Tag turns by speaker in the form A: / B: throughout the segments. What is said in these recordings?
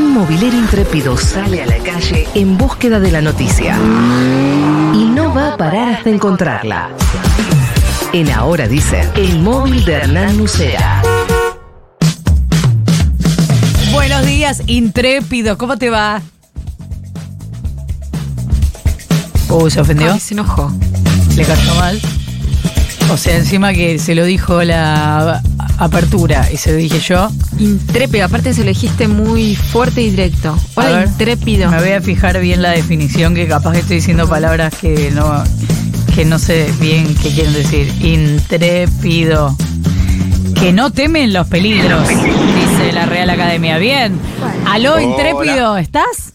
A: movilero intrépido sale a la calle en búsqueda de la noticia. Y no va a parar hasta encontrarla. En Ahora Dicen, el móvil de Hernán Lucera.
B: Buenos días, intrépidos. ¿Cómo te va? Uy, se ofendió.
C: Ay, se enojó.
B: Le cayó mal. O sea, encima que se lo dijo la apertura y se lo dije yo.
C: Intrépido, aparte se lo dijiste muy fuerte y directo.
B: A
C: Hola,
B: ver,
C: intrépido.
B: Me voy a fijar bien la definición, que capaz que estoy diciendo palabras que no, que no sé bien qué quieren decir. Intrépido. Que no temen los peligros, dice la Real Academia. Bien. Aló,
D: Hola.
B: intrépido, ¿estás?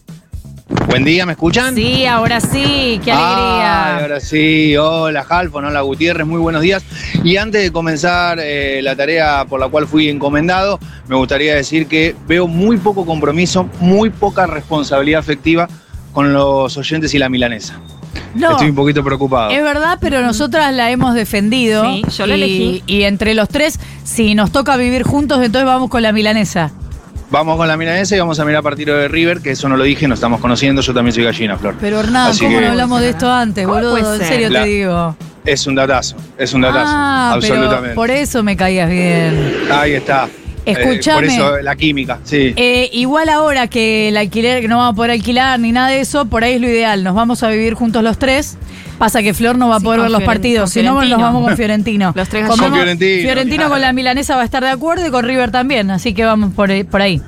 D: Buen día, ¿me escuchan?
B: Sí, ahora sí, qué alegría.
D: Ay, ahora sí, hola Jalfon, hola Gutiérrez, muy buenos días. Y antes de comenzar eh, la tarea por la cual fui encomendado, me gustaría decir que veo muy poco compromiso, muy poca responsabilidad afectiva con los oyentes y la milanesa.
B: no, Eh.
D: Estoy un poquito preocupado.
B: es verdad, pero nosotras la hemos defendido.
C: Sí, yo la
B: y,
C: elegí.
B: Y entre los tres, si nos toca vivir juntos, entonces vamos con la milanesa.
D: Vamos con la milanesa y vamos a mirar partido de River, que eso no lo dije, nos estamos conociendo, yo también soy gallina, Flor.
B: Pero Hernán,
D: Así
B: ¿cómo
D: que-
B: no hablamos de esto antes,
C: ¿Cómo
B: boludo?
C: puede
B: En
C: ser?
B: serio
D: La-
B: te digo.
D: Es un datazo, es un datazo,
B: Ah, pero
D: absolutamente.
B: por eso me caías bien.
D: Ahí está. Eh, por
B: Escúchame.
D: eso la química, sí.
B: Eh, igual ahora que el alquiler, que no vamos a poder alquilar ni nada de eso, por ahí es lo ideal. Nos vamos a vivir juntos los tres. Pasa que Flor no va a
C: Sí,
B: poder
C: con
B: ver los
C: Fioren-
B: partidos,
C: con
B: si no nos
C: Fiorentino.
B: vamos con Fiorentino.
C: Los tres
B: Comemos-
C: gallegos.
D: Con Fiorentino,
B: con la milanesa va a estar de acuerdo y con River también, así que vamos por, ahí- por ahí.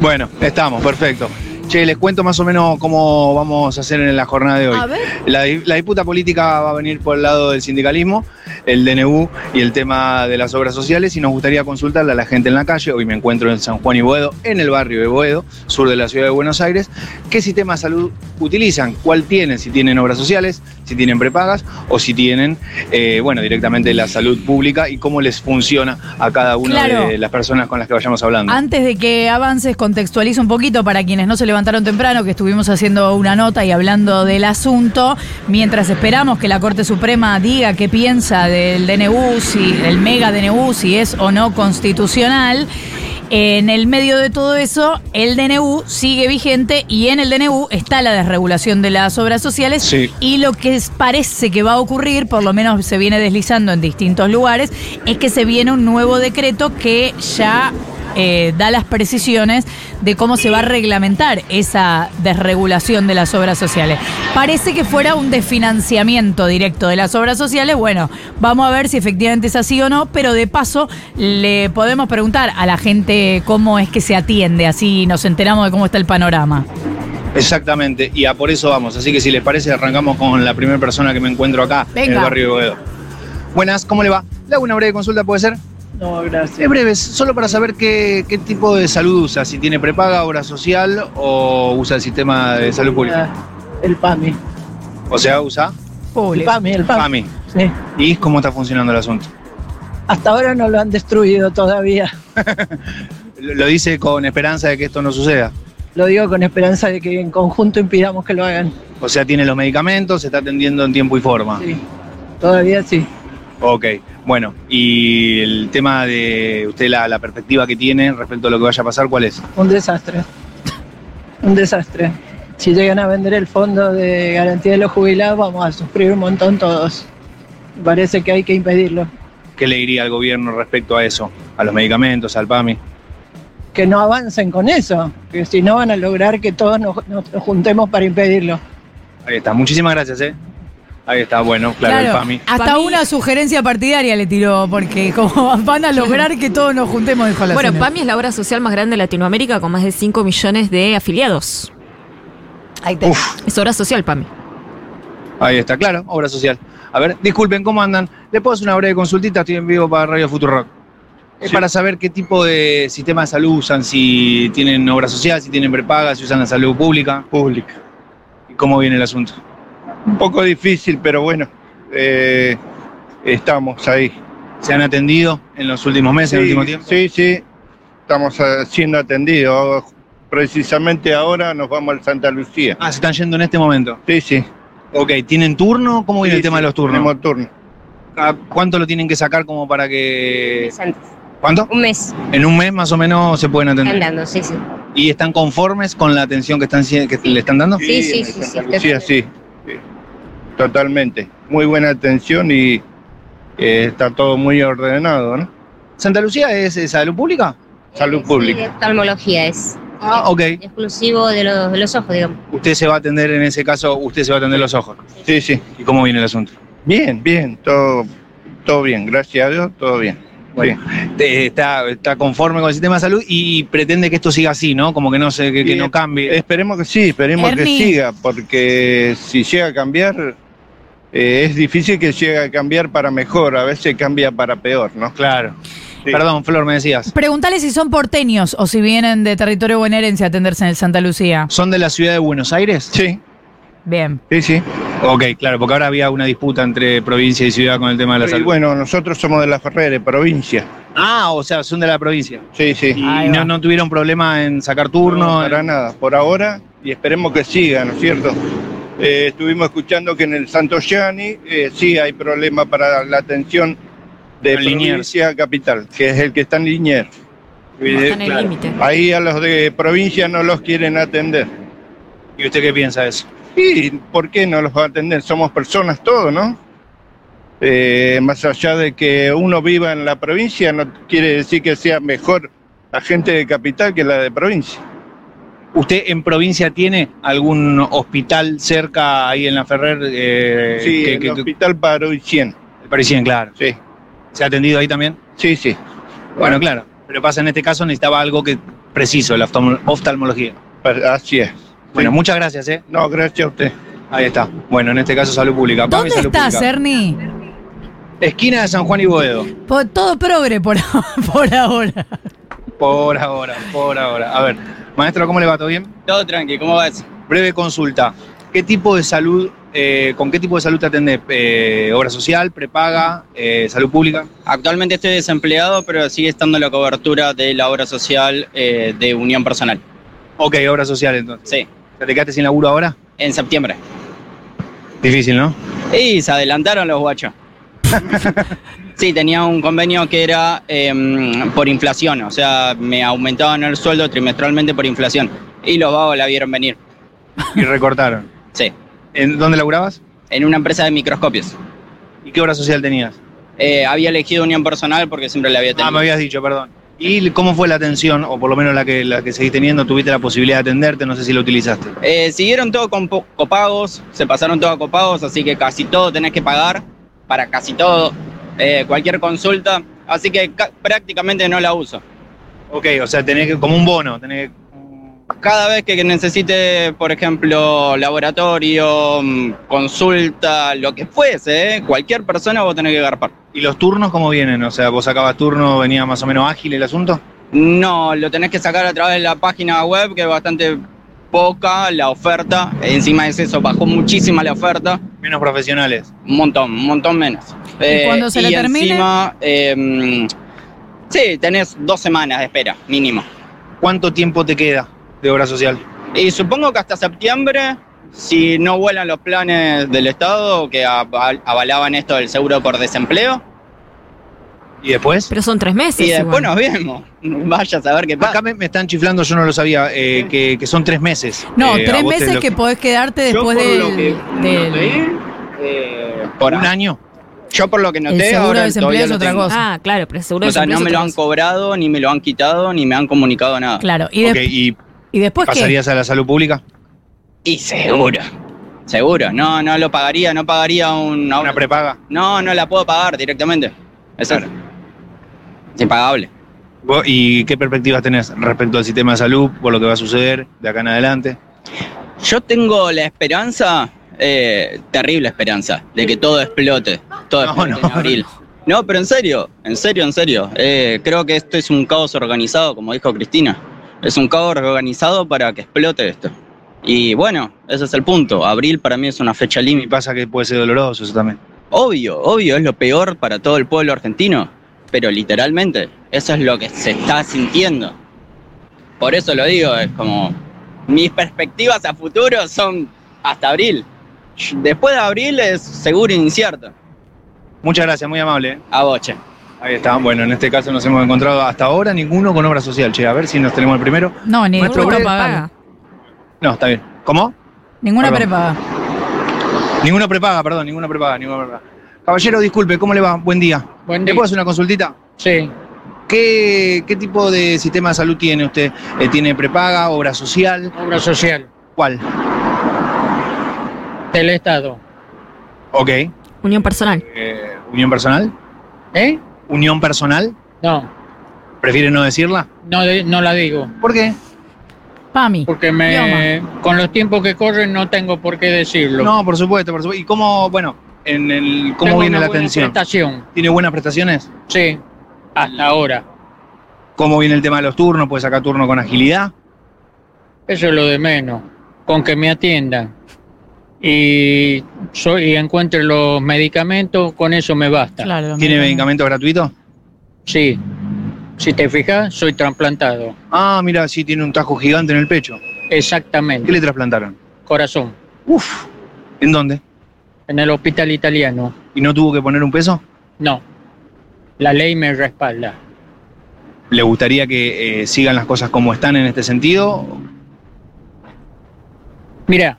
D: Bueno, estamos, perfecto. Che, les cuento más o menos cómo vamos a hacer en la jornada de hoy.
B: A ver.
D: La, di- la disputa política va a venir por el lado del sindicalismo, el DNU y el tema de las obras sociales y nos gustaría consultarle a la gente en la calle. Hoy me encuentro en San Juan y Boedo, en el barrio de Boedo, sur de la ciudad de Buenos Aires, qué sistema de salud utilizan, cuál tienen, si tienen obras sociales, si tienen prepagas o si tienen, eh, bueno, directamente la salud pública y cómo les funciona a cada una
B: Claro.
D: de las personas con las que vayamos hablando.
B: Antes de que avances, contextualizo un poquito para quienes no se levantaron temprano, que estuvimos haciendo una nota y hablando del asunto, mientras esperamos que la Corte Suprema diga qué piensa del DNU, si, del mega DNU, si es o no constitucional. En el medio de todo eso, el DNU sigue vigente y en el DNU está la desregulación de las obras sociales
D: Sí.
B: y lo que es- parece que va a ocurrir, por lo menos se viene deslizando en distintos lugares, es que se viene un nuevo decreto que ya eh, da las precisiones de cómo se va a reglamentar esa desregulación de las obras sociales. Parece que fuera un desfinanciamiento directo de las obras sociales. Bueno, vamos a ver si efectivamente es así o no, pero de paso le podemos preguntar a la gente cómo es que se atiende, así nos enteramos de cómo está el panorama.
D: Exactamente, y a por eso vamos. Así que si les parece, arrancamos con la primera persona que me encuentro acá en
B: Venga.
D: el barrio de Boedo. Buenas, ¿cómo le va? Le hago una breve consulta, ¿puede ser?
E: No, gracias.
D: Es breve, solo para saber qué, qué tipo de salud usa, si tiene prepaga, obra social o usa el sistema de salud pública.
E: Ah, El PAMI.
D: O sea, usa
E: El PAMI, el PAMI.
D: PAMI.
E: Sí.
D: ¿Y cómo está funcionando el asunto?
E: Hasta ahora no lo han destruido todavía.
D: Lo lo dice con esperanza de que esto no suceda.
E: Lo digo con esperanza de que en conjunto impidamos que lo hagan.
D: O sea, tiene los medicamentos, se está atendiendo en tiempo y forma.
E: Sí. Todavía sí.
D: Ok, bueno, y el tema de usted, la, la perspectiva que tiene respecto a lo que vaya a pasar, ¿cuál es?
E: Un desastre. Un desastre. Si llegan a vender el fondo de garantía de los jubilados, vamos a sufrir un montón todos. Parece que hay que impedirlo.
D: ¿Qué le diría al gobierno respecto a eso? A los medicamentos, al PAMI.
E: Que no avancen con eso. Que si no van a lograr que todos nos, nos juntemos para impedirlo.
D: Ahí está, muchísimas gracias, ¿eh? Ahí está, bueno, claro, el PAMI.
B: Hasta
C: Pami-
B: una sugerencia partidaria le tiró, porque como van a lograr que todos nos juntemos, dijo la
C: Bueno,
B: señora.
C: PAMI es la obra social más grande de Latinoamérica con más de 5 millones de afiliados.
D: Uf,
C: Es obra social, PAMI.
D: ahí está, claro, obra social. A ver, disculpen, ¿cómo andan? ¿Le puedo hacer una breve consultita? Estoy en vivo para Radio Futuro Rock. Es para saber qué tipo de sistema de salud usan, si tienen obra social, si tienen prepaga, si usan la salud pública.
F: pública.
D: ¿Y cómo viene el asunto?
F: Un poco difícil, pero bueno, eh, estamos ahí.
D: ¿Se han atendido en los últimos meses, en el último tiempo?
F: sí, sí, estamos eh, siendo atendidos. Precisamente ahora nos vamos al Santa Lucía.
D: Ah, se están yendo en este momento.
F: Sí, sí.
D: Ok, ¿tienen turno? ¿Cómo viene
F: Sí,
D: el tema de
F: sí,
D: los turnos?
F: Tenemos turno.
D: ¿A ¿Cuánto lo tienen que sacar como para que...?
G: antes.
D: ¿Cuánto?
G: Un mes
D: En un mes más o menos se pueden atender.
G: andando, sí, sí.
D: ¿Y están conformes con la atención que, están, que le están dando?
G: Sí, sí,
F: en
G: sí,
F: Santa
G: sí,
F: Lucía,
G: sí.
F: sí, sí. Totalmente. Muy buena atención y eh, está todo muy ordenado, ¿no?
D: ¿Santa Lucía es eh, salud pública?
F: Salud
G: Sí,
F: pública.
G: oftalmología es.
D: Ah, ok.
G: Exclusivo de los, de los ojos, digamos.
D: Usted se va a atender, en ese caso, usted se va a atender los ojos.
F: Sí, sí.
D: ¿Y cómo viene el asunto?
F: Bien, bien, todo, todo bien. Gracias a Dios, todo bien.
D: Bueno, Eh, está, está conforme con el sistema de salud y pretende que esto siga así, ¿no? Como que no se, que, que
F: Y
D: no cambie.
F: Eh, Esperemos que sí, esperemos
B: Ernie.
F: que siga, porque si llega a cambiar, eh, es difícil que llegue a cambiar para mejor, a veces cambia para peor, ¿no?
D: claro.
F: Sí.
D: Perdón, Flor, me decías.
B: Preguntale si son porteños o si vienen de territorio bonaerense a atenderse en el Santa Lucía.
D: ¿Son de la ciudad de Buenos Aires?
F: Sí,
B: Bien.
F: sí, sí.
D: Ok, claro, porque ahora había una disputa entre provincia y ciudad con el tema de la
F: Y
D: salud.
F: bueno, nosotros somos de la Ferrere, provincia.
D: Ah, o sea, son de la provincia.
F: Sí,
D: Y
F: sí.
B: Ahí va.
D: no, no tuvieron problema en sacar turno.
F: No, para
D: en-
F: nada, por ahora, y esperemos que siga, ¿no es cierto? Eh, estuvimos escuchando que en el Santo Gianni eh, sí hay problema para la atención de
D: En Liniers.
F: provincia a capital, que es el que está en Liniers.
C: Está
F: Eh,
C: en el
D: claro.
C: límite.
F: Ahí a los de provincia no los quieren atender.
D: ¿Y usted qué piensa de eso?
F: ¿Y por qué no los va a atender? Somos personas todos, ¿no? Eh, más allá de que uno viva en la provincia, no quiere decir que sea mejor la gente de capital que la de provincia.
D: ¿Usted en provincia tiene algún hospital cerca ahí en la Ferrer? eh,
F: sí,
D: que,
F: el
D: que-
F: hospital para hoy 100.
D: que- Parisien, claro.
F: Sí,
D: ¿Se ha atendido ahí también?
F: sí, sí.
D: Bueno, claro. Pero pasa en este caso necesitaba algo que preciso, la oftalmo- oftalmología.
F: Pa- Así es.
D: Bueno,
F: Sí.
D: muchas gracias, ¿eh?
F: No, gracias a usted.
D: Ahí está. Bueno, en este caso salud pública. Pame,
B: ¿Dónde
D: salud
B: estás, eh?
D: pública.
B: Ernie?
D: Esquina de San Juan y Boedo.
B: Po- todo progre por, por ahora.
D: Por ahora, por ahora. A ver, maestro, ¿cómo le va? ¿Todo bien?
H: Todo tranqui, ¿cómo vas?
D: Breve consulta. ¿Qué tipo de salud, eh, con qué tipo de salud te atendés? Eh, ¿Obra social, prepaga, eh, salud pública?
H: Actualmente estoy desempleado, pero sigue estando la cobertura de la obra social eh, de Unión Personal.
D: Ok, obra social entonces.
H: Sí,
D: ¿Ya ¿Te quedaste sin laburo ahora?
H: en septiembre.
D: Difícil, ¿no?
H: Y se adelantaron los guachos. sí, tenía un convenio que era em, por inflación, o sea, me aumentaban el sueldo trimestralmente por inflación. Y los vagos la vieron venir.
D: Y recortaron.
H: Sí,
D: ¿En dónde laburabas?
H: en una empresa de microscopios.
D: ¿Y qué obra social tenías?
H: Eh, había elegido Unión Personal porque siempre la había tenido.
D: Ah, me habías dicho, perdón. ¿Y cómo fue la atención, o por lo menos la que, la que seguís teniendo? ¿Tuviste la posibilidad de atenderte? No sé si la utilizaste.
H: Eh, siguieron todo con po- copagos, se pasaron todo a copagos, así que casi todo tenés que pagar para casi todo, eh, cualquier consulta, así que ca- prácticamente no la uso.
D: Ok, o sea, tenés que, como un bono, tenés que-
H: Cada vez que necesite, por ejemplo, laboratorio, mm, consulta, lo que fuese, eh, cualquier persona vos tenés que garpar.
D: ¿Y los turnos cómo vienen? O sea, vos sacabas turno, venía más o menos ágil el asunto.
H: No, lo tenés que sacar a través de la página web, que es bastante poca la oferta, encima es eso, bajó muchísima la oferta.
D: Menos profesionales.
H: Un montón, un montón menos. Eh,
B: cuando se le termine?
H: Encima, eh, sí, tenés dos semanas de espera, mínimo.
D: ¿Cuánto tiempo te queda de obra social?
H: Y supongo que hasta septiembre, si no vuelan los planes del Estado que aval- avalaban esto del seguro por desempleo,
D: ¿Y después?
C: Pero son tres meses.
H: y después
C: igual.
H: nos vemos. Vaya a saber qué
D: Acá
H: pasa.
D: me, me están chiflando, yo no lo sabía, eh, que, que son tres meses.
B: No,
D: Eh, a
B: tres
D: vos te
B: meses
D: lo-
B: que podés quedarte después
H: por
B: del.
H: lo que
B: del-
H: noté, eh, por
D: ¿Un
H: ahora-
D: año?
H: yo por lo que
B: El
H: noté,
B: seguro de
H: ahora
B: desempleo
H: todavía
B: es
H: lo
B: otra
H: tengo.
B: cosa.
C: Ah, claro, pero seguro
H: O sea,
C: de
H: no me lo han
C: desempleo
H: cobrado, ni me lo han quitado, ni me han comunicado nada.
B: Claro. Y, de-
D: Ok, ¿y
B: y después qué?
D: pasarías a la salud pública?
H: Y seguro. Seguro. No, no lo pagaría, no pagaría un,
D: ¿Una
H: a una-
D: prepaga?
H: No, no la puedo pagar directamente. Es eso. Es impagable.
D: ¿Vos- ¿Y qué perspectivas tenés respecto al sistema de salud, por lo que va a suceder de acá en adelante?
H: Yo tengo la esperanza, eh, terrible esperanza, de que todo explote. Todo
D: No,
H: explote
D: no,
H: en abril. No, pero en serio, en serio, en serio. Eh, creo que esto es un caos organizado, como dijo Cristina. Es un caos organizado para que explote esto. Y bueno, ese es el punto. Abril para mí es una fecha
D: Y
H: límite.
D: pasa que puede ser doloroso eso también.
H: Obvio, obvio, es lo peor para todo el pueblo argentino, pero literalmente, eso es lo que se está sintiendo. Por eso lo digo, es como, mis perspectivas a futuro son hasta abril. Después de abril es seguro incierto.
D: Muchas gracias, muy amable. ¿eh?
H: A boche.
D: Ahí está, bueno, en este caso nos hemos encontrado hasta ahora ninguno con obra social, che, a ver si nos tenemos el primero.
B: No, ni
D: Nuestro
B: ninguna
D: breve-
B: prepaga.
D: No, está bien. ¿Cómo?
B: Ninguna
D: Perdón.
B: prepaga.
D: Ninguna prepaga, perdón, ninguna prepaga, ninguna prepaga. Caballero, disculpe, ¿cómo le va? Buen día.
I: Buen
D: ¿Le
I: día.
D: puedo hacer una consultita?
I: Sí.
D: ¿Qué, qué tipo de sistema de salud tiene usted? Eh, ¿Tiene prepaga, obra social?
I: Obra social
D: ¿Cuál?
I: del Estado.
D: Ok.
C: Unión personal.
D: Eh, ¿Unión personal?
I: ¿Eh?
D: ¿Unión personal?
I: No,
D: ¿Prefiere no decirla?
I: no, de- no la digo.
D: ¿Por qué?
B: Pami.
I: Porque me, con los tiempos que corren no tengo por qué decirlo.
D: No, por supuesto, por supuesto. ¿Y cómo, bueno, en el, cómo
I: Tengo
D: viene la
I: una buena
D: atención?
I: prestación,
D: ¿Tiene buenas prestaciones?
I: sí, hasta ahora.
D: ¿Cómo viene el tema de los turnos? ¿Puede sacar turno con agilidad?
I: Eso es lo de menos. Con que me atiendan y, soy, y encuentre los medicamentos, con eso me basta.
B: Claro, lo
D: ¿Tiene
B: mismo.
D: medicamentos gratuitos?
I: Sí. Si te fijas, soy trasplantado.
D: Ah, mira, sí, tiene un tajo gigante en el pecho. ¿Qué
I: Exactamente.
D: le trasplantaron?
I: Corazón.
D: Uf. ¿En dónde?
I: En el hospital italiano.
D: ¿Y no tuvo que poner un peso?
I: No. La ley me respalda.
D: ¿Le gustaría que eh, sigan las cosas como están en este sentido?
I: Mira,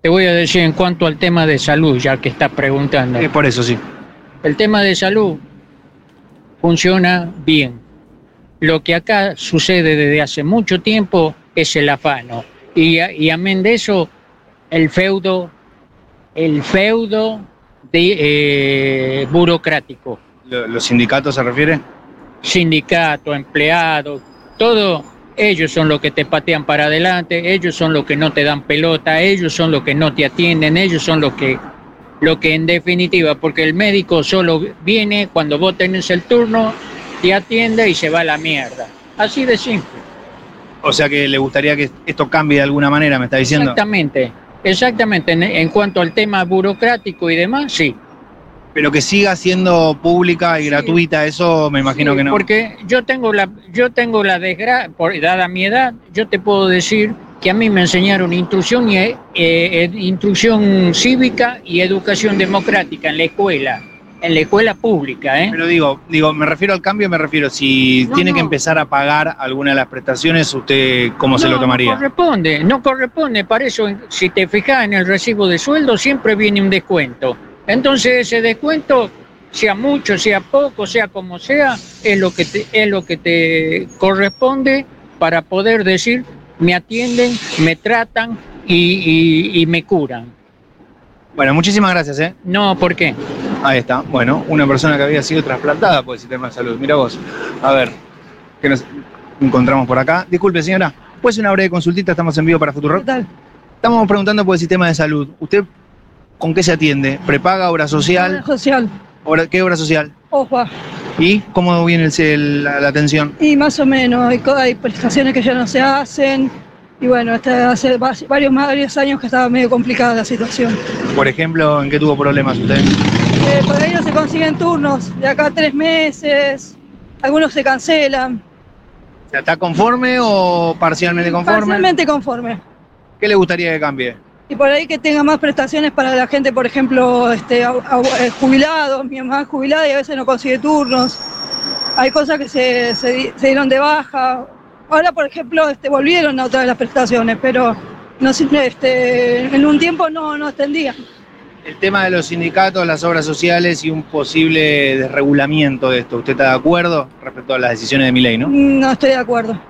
I: te voy a decir en cuanto al tema de salud, ya que estás preguntando.
D: Es por eso, sí.
I: El tema de salud funciona bien. Lo que acá sucede desde hace mucho tiempo es el afano. Y, a- y amén de eso, el feudo, el feudo de, eh, burocrático.
D: ¿Lo- ¿Los sindicatos se refiere?
I: Sindicato, empleado, todo, ellos son los que te patean para adelante, ellos son los que no te dan pelota, ellos son los que no te atienden, ellos son los que, lo que en definitiva, porque el médico solo viene cuando vos tenés el turno, te atiende y se va a la mierda. Así de simple.
D: O sea que le gustaría que esto cambie de alguna manera, me está diciendo.
I: Exactamente, exactamente. En, en cuanto al tema burocrático y demás, sí.
D: Pero que siga siendo pública y
I: Sí.
D: gratuita, eso me imagino
I: Sí,
D: que no.
I: Porque yo tengo la, yo tengo la desgracia, por dada mi edad, yo te puedo decir que a mí me enseñaron instrucción y eh, eh, instrucción cívica y educación democrática en la escuela, en la escuela pública, ¿eh?
D: Pero digo, digo, me refiero al cambio, me refiero, si
I: No,
D: tiene que
I: no.
D: empezar a pagar alguna de las prestaciones, ¿usted cómo se
I: No,
D: lo tomaría?
I: No corresponde, no corresponde. Para eso, si te fijas en el recibo de sueldo, siempre viene un descuento. Entonces ese descuento, sea mucho, sea poco, sea como sea, es lo que te, es lo que te corresponde para poder decir me atienden, me tratan y, y- y me curan.
D: Bueno, muchísimas gracias, ¿eh?
I: No, ¿por qué?
D: Ahí está. Bueno, una persona que había sido trasplantada por el sistema de salud. Mira vos. A ver, que nos encontramos por acá. Disculpe, señora, pues una breve consultita, estamos en vivo para Futuro. ¿Qué tal? Estamos preguntando por el sistema de salud. ¿Usted con qué se atiende? ¿Prepaga, obra social?
E: Social,
D: Obra- ¿Qué obra social?
E: ojo,
D: ¿Y cómo viene el- el- la, la atención?
E: y más o menos, hay, co- hay prestaciones que ya no se hacen, y bueno, hasta hace va- varios, varios años que estaba medio complicada la situación.
D: Por ejemplo, ¿en qué tuvo problemas usted?
E: Eh, por ahí no se consiguen turnos, de acá a tres meses, algunos se cancelan,
D: O sea, ¿Está conforme o parcialmente conforme?
E: parcialmente conforme.
D: ¿Qué le gustaría que cambie?
E: Y por ahí que tenga más prestaciones para la gente, por ejemplo, este, au- au- eh, jubilados, mi mamá es jubilada y a veces no consigue turnos. Hay cosas que se, se di- se dieron de baja. Ahora, por ejemplo, este, volvieron a otra vez las prestaciones, pero no, sé, este, en un tiempo no, no extendían.
D: El tema de los sindicatos, las obras sociales y un posible desregulamiento de esto. ¿Usted está de acuerdo respecto a las decisiones de mi ley, no?
E: No estoy de acuerdo.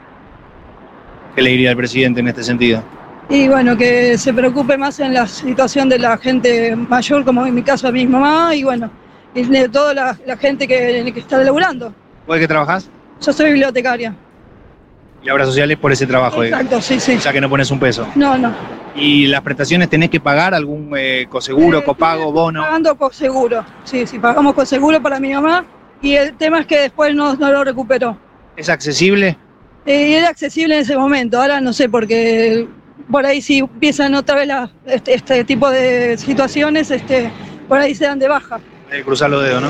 D: ¿Qué le diría al presidente en este sentido?
E: Y bueno, que se preocupe más en la situación de la gente mayor, como en mi caso mi mamá, y bueno, y de toda la, la gente que, que está laburando.
D: ¿Vos de qué trabajás?
E: Yo soy bibliotecaria.
D: Y obras sociales por ese trabajo, digamos.
E: Exacto, sí, sí.
D: O sea que no pones un peso.
E: No, no.
D: ¿Y las prestaciones tenés que pagar algún eh, coseguro,
E: Eh,
D: copago, bono?
E: Pagando con seguro. Sí, sí, pagamos con seguro para mi mamá. Y el tema es que después no, no lo recuperó.
D: ¿Es accesible?
E: Eh, y era accesible en ese momento. Ahora no sé, porque por ahí si empiezan otra vez la- este, este tipo de situaciones, este, por ahí se dan de baja.
D: Hay que cruzar los dedos, ¿no?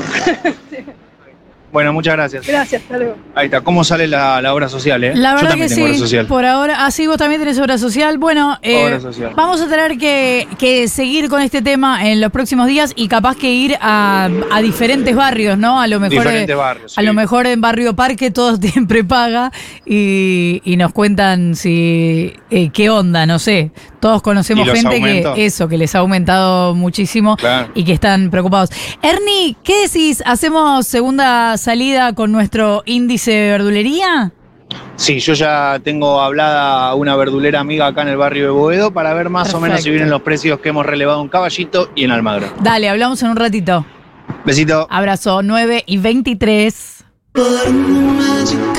D: Bueno, muchas gracias.
E: Gracias, hasta luego.
D: Ahí está. ¿Cómo sale la, la obra social? Eh?
B: La
D: Yo
B: verdad
D: también
B: que
D: tengo obra
B: sí,
D: social.
B: por ahora. Ah, sí, vos también tenés obra social. Bueno, eh,
D: Obra social.
B: vamos a tener que, que seguir con este tema en los próximos días y capaz que ir a, a diferentes barrios, ¿no? A lo mejor. eh,
D: Diferentes barrios.
B: A
D: sí.
B: lo mejor en Barrio Parque todos tienen prepaga y, y nos cuentan si eh, qué onda, no sé. Todos
D: ¿Y
B: conocemos
D: los
B: gente
D: aumentos?
B: que eso, que les ha aumentado muchísimo
D: Claro.
B: y que están preocupados. Ernie, ¿qué decís? ¿Hacemos segunda salida con nuestro índice de verdulería?
D: Sí, yo ya tengo hablada a una verdulera amiga acá en el barrio de Boedo para ver más o menos si
B: Perfecto.
D: vienen los precios que hemos relevado en Caballito y en Almagro.
B: Dale, hablamos en un ratito.
D: Besito.
B: Abrazo 9 y 23.
J: Magic